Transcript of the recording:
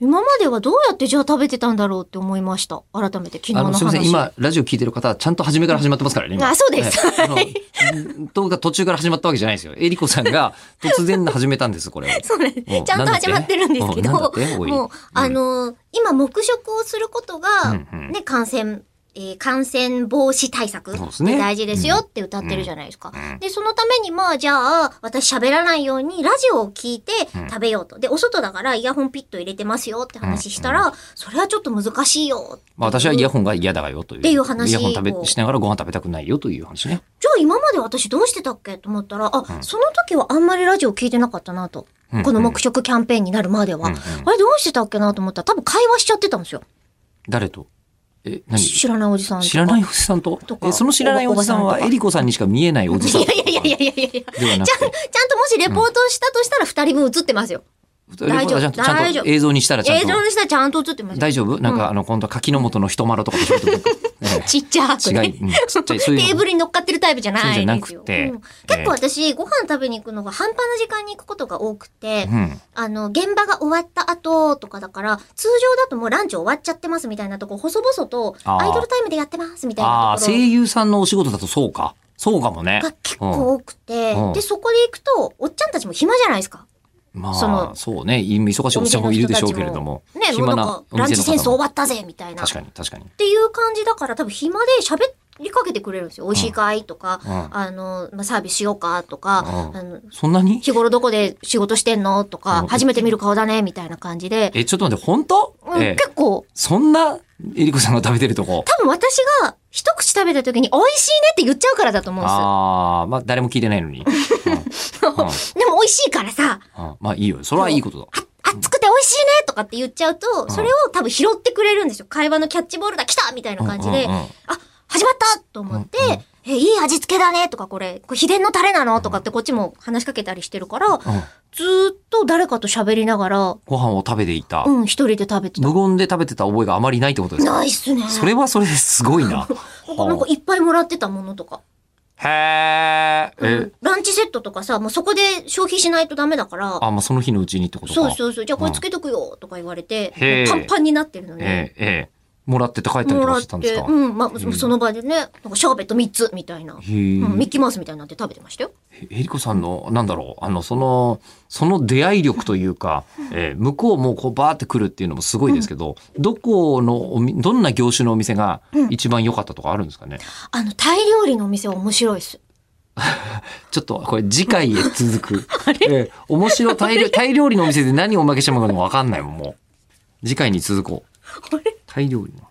今まではどうやってじゃあ食べてたんだろうって思いました。改めて昨日あのの、話。すみません、今、ラジオ聞いてる方、ちゃんと初めから始まってますからね、今あそうですはいあのとか途中から始まったわけじゃないですよ。えりこさんが突然始めたんです、これを。そうなんです。おちゃんとなんだっ始けまってるんですけど、おなんだも、っておいうあの、今、黙食をすることが、うんうんね、感染、えー感染防止対策そうですね大事ですよって歌ってるじゃないですか。うんで、そのために、まあ、じゃあ、私喋らないようにラジオを聞いてうん食べようと。で、お外だからイヤホンピット入れてますよって話したら、それはちょっと難しいよ。まあ、私はイヤホンが嫌だよという。っていう話をイヤホン食べ、しながらご飯食べたくないよという話ね。じゃあ今まで私どうしてたっけと思ったら、あ、んその時はあんまりラジオ聞いてなかったなと。うんこの黙食キャンペーンになるまでは。うんうんあれどうしてたっけなと思ったら多分会話しちゃってたんですよ。誰とえ、何知らないおじさんとか。知らないおじさんととかえ、その知らないおじさんおばさんは、とかえりこさんにしか見えないおじさんいやいやいやいやいやいや。ではなくちゃんて。ちゃんともしレポートしたとしたら二人分映ってますよ。大丈夫ちゃんとちゃ大ん丈と夫映像にしたらちゃん映と。像にしたらちゃんと映ってますよ。大丈夫なんか、あの、今度は柿の元の人丸とかと喋ってくるええちっちゃくね。違い、うん、ちっちゃい、そういうのテーブルに乗っかってるタイプじゃないですよ。そうじゃなくてうん結構私、ご飯食べに行くのが半端な時間に行くことが多くて、うん。あの、現場が終わった後とかだから、通常だともうランチ終わっちゃってますみたいなとこ、細々と、あーアイドルタイムでやってますみたいあなあ、とこ声ろ優さんのお仕事だとそうか。そうかもね。が結構多くてうんうん、で、そこで行くと、おっちゃんたちも暇じゃないですか。うんまあ、そのそうね。忙しいおっちゃんもいるでしょうけれども。ね、もうなんか、ランチ戦争終もわったぜみたいな。確かに、確かに。っていう感じだから多分暇で喋りかけてくれるんですよ。美味しいかいとか、うんあの、まあ、サービスしようかとか、うんあの、そんなに日頃どこで仕事してんのとか、うん初めて見る顔だねみたいな感じで、え、ちょっと待って、本当うんええ、結構、そんな、えりこさんが食べてるとこ。多分私が一口食べた時に美味しいねって言っちゃうからだと思うんでああ、まあ、誰も聞いてないの に。うんうんすよ。でも美味しいからさ、うんまあ、いいよ。それはいいことだ。あ熱くて美味しいねとかって言っちゃうと、それを多分拾ってくれるんですよ。会話のキャッチボールだ来たみたいな感じで、うんうんうんあ、始まったと思って、え、いい味付けだねとかこれ、これ秘伝のタレなのとかってこっちも話しかけたりしてるから、うんずーっと誰かと喋りながら、ご飯を食べていたう。ん、一人で食べてた。無言で食べてた覚えがあまりないってことですかないっすね。それはそれですごいな。なんかいっぱいもらってたものとか。へうえん。ランチセットとかさ、もうそこで消費しないとダメだから、あ、まあ、その日のうちにってことか。そうそうそう、じゃあこれつけとくよとか言われて、うんへーパンパンになってるのに。ええ、ええ。もらってて帰ったりもとらかっしてたんですて、か、うん、まあ、その場でね、なんかシャーベット3つみたいな、うん、へえ、ミッキーマウスみたいになって食べてましたよ。えりこさんの、なんだろう、あの、その、その出会い力というか、えー向こうもこうバーって来るっていうのもすごいですけど、どこのおみ、どんな業種のお店が一番良かったとかあるんですかね、あの、タイ料理のお店は面白いっす。ちょっと、これ次回 へ続く。えー面白いタイ料、タイ料理のお店で何をおまけしてもらうのかわかんないもん、もう。次回に続こう。タイ料理の。